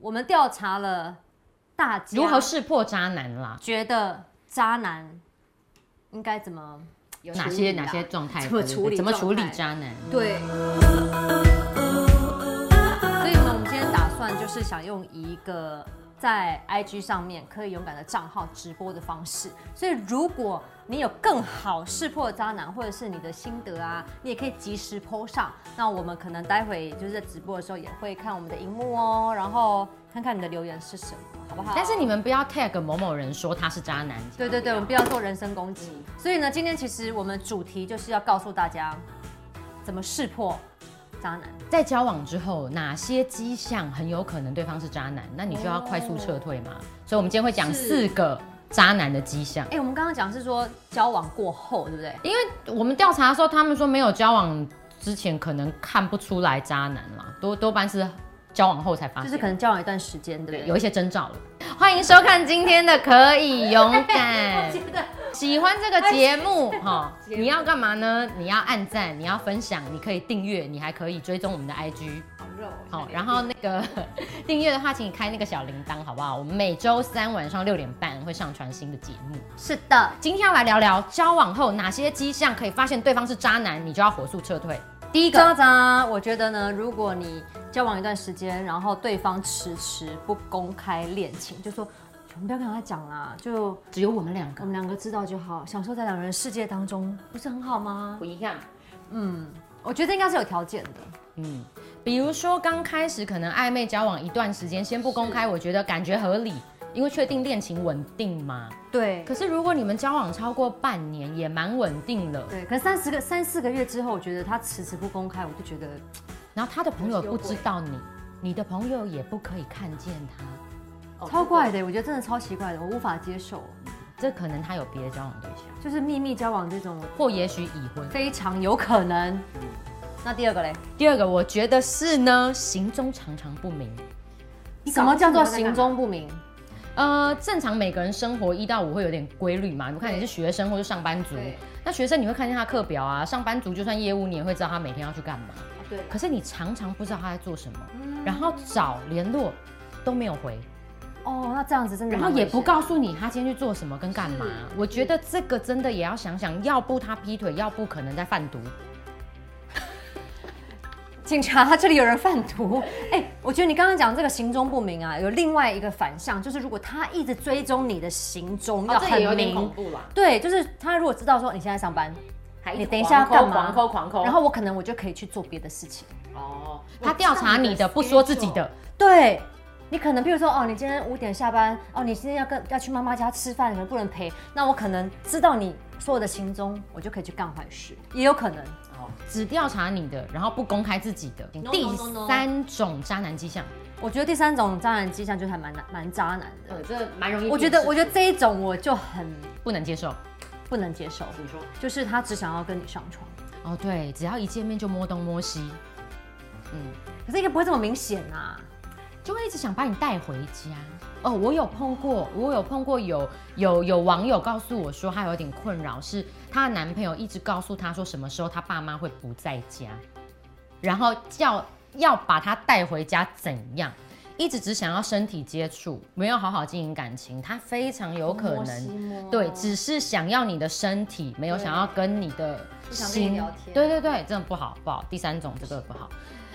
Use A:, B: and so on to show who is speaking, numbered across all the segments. A: 我们调查了大家
B: 如何识破渣男啦？
A: 觉得渣男应该怎么？
C: 有
B: 哪
C: 处
B: 些
C: 理啦
B: 哪些状态？
A: 啊怎么
B: 对对
A: 处
B: 对
A: 理
B: 怎么处理
A: 状态
B: 渣男？
A: 对。所以呢，我们今天打算就是想用一个在 IG 上面可以勇敢的账号直播的方式。所以，如果你有更好识破渣男，或者是你的心得啊，你也可以及时 PO 上。那我们可能待会就是在直播的时候也会看我们的荧幕哦，然后看看你的留言是什么，好不好？
B: 但是你们不要 tag 某某人说他是渣男，
A: 对对对，我们不要做人身攻击。所以呢，今天其实我们主题就是要告诉大家怎么识破渣男。
B: 在交往之后，哪些迹象很有可能对方是渣男？那你就要快速撤退嘛。
A: 哦
B: 所以，我们今天会讲
A: 是
B: 四个渣男的迹象
A: 哎、。我们刚刚讲是说交往过后，对不对？
B: 因为我们调查的时候，他们说没有交往之前可能看不出来渣男啦，多多半是交往后才发
A: 就
B: 现，
A: 是可能交往一段时间，对不对？》，
B: 啊有一些征兆了。欢迎收看今天的《可以勇敢
A: 得
B: 喜欢这个哎节目哈、你要干嘛呢？你要按赞，你要分享，你可以订阅，你还可以追踪我们的 IG。
A: 好肉。
B: 好、然后那个 订阅的话，请你开那个小铃铛，好不好？我们每周三晚上六点半会上传新的节目。
A: 是的，
B: 今天要来聊聊交往后哪些迹象可以发现对方是渣男，你就要火速撤退。第一个，
A: 渣渣，我觉得呢，如果你交往一段时间，然后对方迟迟不公开恋情，就说哎我们不要跟他讲啦，就
B: 只有我们两
A: 我，们两个知道就好，享受在两人世界当中，不是很好吗？
B: 不一样。
A: 我觉得应该是有条件的。
B: 嗯，比如说刚开始可能暧昧交往一段时间，先不公开，我觉得感觉合理，因为确定恋情稳定嘛。
A: 对，
B: 可是如果你们交往超过半年，也蛮稳定了，
A: 对，可能三十个三四个月之后，我觉得他迟迟不公开，我就觉得
B: 然后他的朋友不知道你，你的朋友也不可以看见他，
C: 哦
A: 超怪的，我觉得真的超奇怪的，我无法接受，
B: 这可能他有别的交往对象，
A: 就是秘密交往这种
B: 或也许已婚。
A: 非常有可能。
C: 嗯
A: 那第二个嘞，
B: 第二个，我觉得是呢，行踪常常不明。
A: 什么叫做行踪不明？
B: 呃，正常每个人生活一到五会有点规律嘛。你们看你是学生或是上班族
C: 对，
B: 那学生你会看见他课表啊，上班族就算业务你也会知道他每天要去干嘛。
C: 对嗯
B: 可是你常常不知道他在做什么，然后找联络都没有回，
A: 哦，那这样子真的
B: 然
A: 蛮
B: 后
A: 危险，
B: 也不告诉你他今天去做什么跟干嘛。我觉得这个真的也要想想，要不他劈腿，要不可能在贩毒。
A: 警察，他这里有人贩毒。哎、我觉得你刚刚讲这个行踪不明啊，有另外一个反向，就是如果他一直追踪你的行踪，要
C: 哦，这也有
A: 很
C: 点
A: 明
C: 恐。怖啦，
A: 对，就是他如果知道说你现在上班，
C: 还一
A: 你
C: 直
A: 等一下要干
C: 狂
A: 嘛
C: 抠狂抠狂抠，
A: 然后我可能我就可以去做别的事情。
C: 哦，
B: 他调查你的，不说自己的，
A: 对，你可能譬如说，哦，你今天五点下班，哦，你今天要跟要去妈妈家吃饭，你们不能陪，那我可能知道你所有的行踪，我就可以去干坏事，也有可能。
C: 哦，
B: 只调查你的，然后不公开自己的。
C: no, no,
B: 第
C: no
B: 三种渣男迹象。
A: 我觉得第三种渣男迹象就是还蛮蛮渣男的。
C: 呃，这蛮容易。
A: 我觉得，我觉得这一种我就很
B: 不能接受。
A: 不能接受，
C: 你说，
A: 就是他只想要跟你上床，
B: 哦，对，只要一见面就摸东摸西，
A: 可是应该不会这么明显啊。
B: 就会一直想把你带回家。哦，我有碰过，我有碰过有有有网友告诉我说，她有点困扰，是她的男朋友一直告诉她说什么时候她爸妈会不在家，然后叫要把她带回家怎样，一直只想要身体接触，没有好好经营感情，她非常有可
A: 摸西
B: 能。
C: 哦
A: 摸
B: 对，只是想要你的身体，没有想要跟你的
C: 不想跟你
B: 心
C: 聊天
B: 对对对，真的不好，不好。第三种这个不好。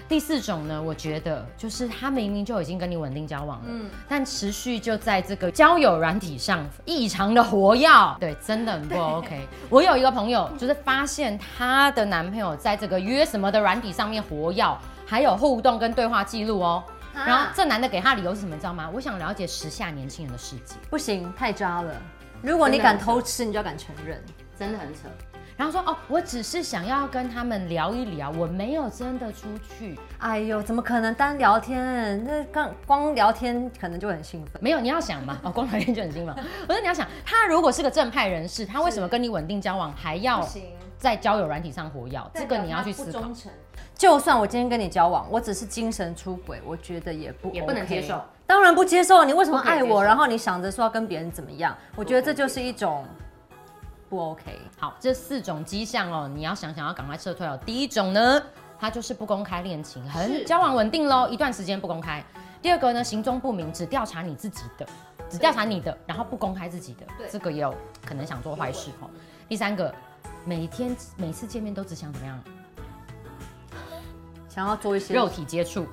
B: 第四种呢，我觉得就是他明明就已经跟你稳定交往了，
C: 嗯
B: 但持续就在这个交友软体上异常的活跃，对，真的很不 OK。我有一个朋友，就是发现她的男朋友在这个约什么的软体上面活跃，还有互动跟对话记录哦。
C: 啊
B: 然后这男的给她理由是什么，你知道吗？我想了解时下年轻人的世界。
A: 不行，太渣了。如果你敢偷吃，你就要敢承认。
C: 真的很扯，
B: 然后说哦，我只是想要跟他们聊一聊，我没有真的出去，
A: 哎呦，怎么可能单聊天？那刚光聊天可能就很兴奋。
B: 没有。你要想嘛，哦，光聊天就很兴奋。我说你要想，他如果是个正派人士，他为什么跟你稳定交往，还
A: 哦
B: 要
C: 行，
B: 在交友软体上活跃？这个你要去思考。
C: 忠诚，
A: 就算我今天跟你交往，我只是精神出轨，我觉得也不、
C: 也不能接受。
A: 当然不接受，你为什么
C: 不可以
A: 爱
C: 接受
A: 我？然后你想着说要跟别人怎么样？我觉得这就是一种不 OK。
B: 好，这四种迹象哦，你要想想要赶快撤退哦。第一种呢，他就是不公开恋情，很
C: 是
B: 交往稳定喽，一段时间不公开。第二个呢，行踪不明，只调查你自己的，只调查你的，然后不公开自己的
C: 对，
B: 这个也有可能想做坏事哦。第三个，每天每次见面都只想怎么样，
A: 想要做一些
B: 肉体接触。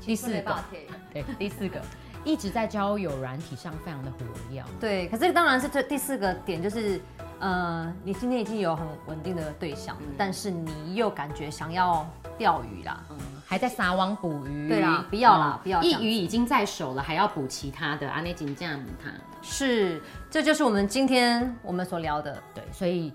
B: 第四
C: 对
B: 个，
C: 吧？可以
B: 对，第四个，一直在交友软体上非常的活跃。
A: 对，可是当然是这第四个点就是，呃，你今天已经有很稳定的对象，但是你又感觉想要钓鱼啦，
B: 还在撒网捕鱼，
A: 对啦不要啦不要这
B: 一
A: 样
B: 鱼
C: 已经在手了，还要补其他的，阿内金这样他。
A: 是，这就是我们今天我们所聊的。
B: 对，所以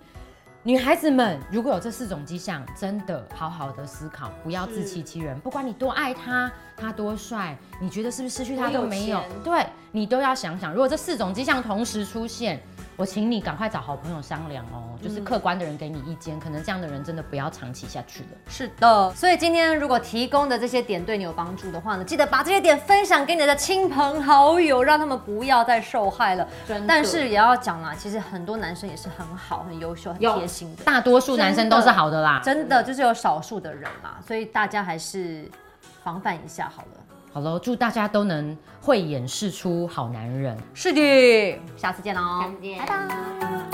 B: 女孩子们如果有这四种迹象，真的好好的思考，不要自欺欺人。不管你多爱他，他多帅，你觉得是不是失去他都没有
C: 多有钱？
B: 对你都要想想，如果这四种迹象同时出现。我请你赶快找好朋友商量哦，就是客观的人给你意见，可能这样的人真的不要长期下去了。
A: 是的，所以今天如果提供的这些点对你有帮助的话呢，记得把这些点分享给你的亲朋好友，让他们不要再受害了
C: 真的。
A: 但是也要讲啦，其实很多男生也是很好、很优秀、很
C: 有
A: 贴心的，
B: 大多数男生都是好的啦，
A: 真的就是有少数的人啦，所以大家还是防范一下好了。
B: 好喽，祝大家都能慧眼识出好男人。
A: 是的，下次见喽，哦
C: 再见，拜拜。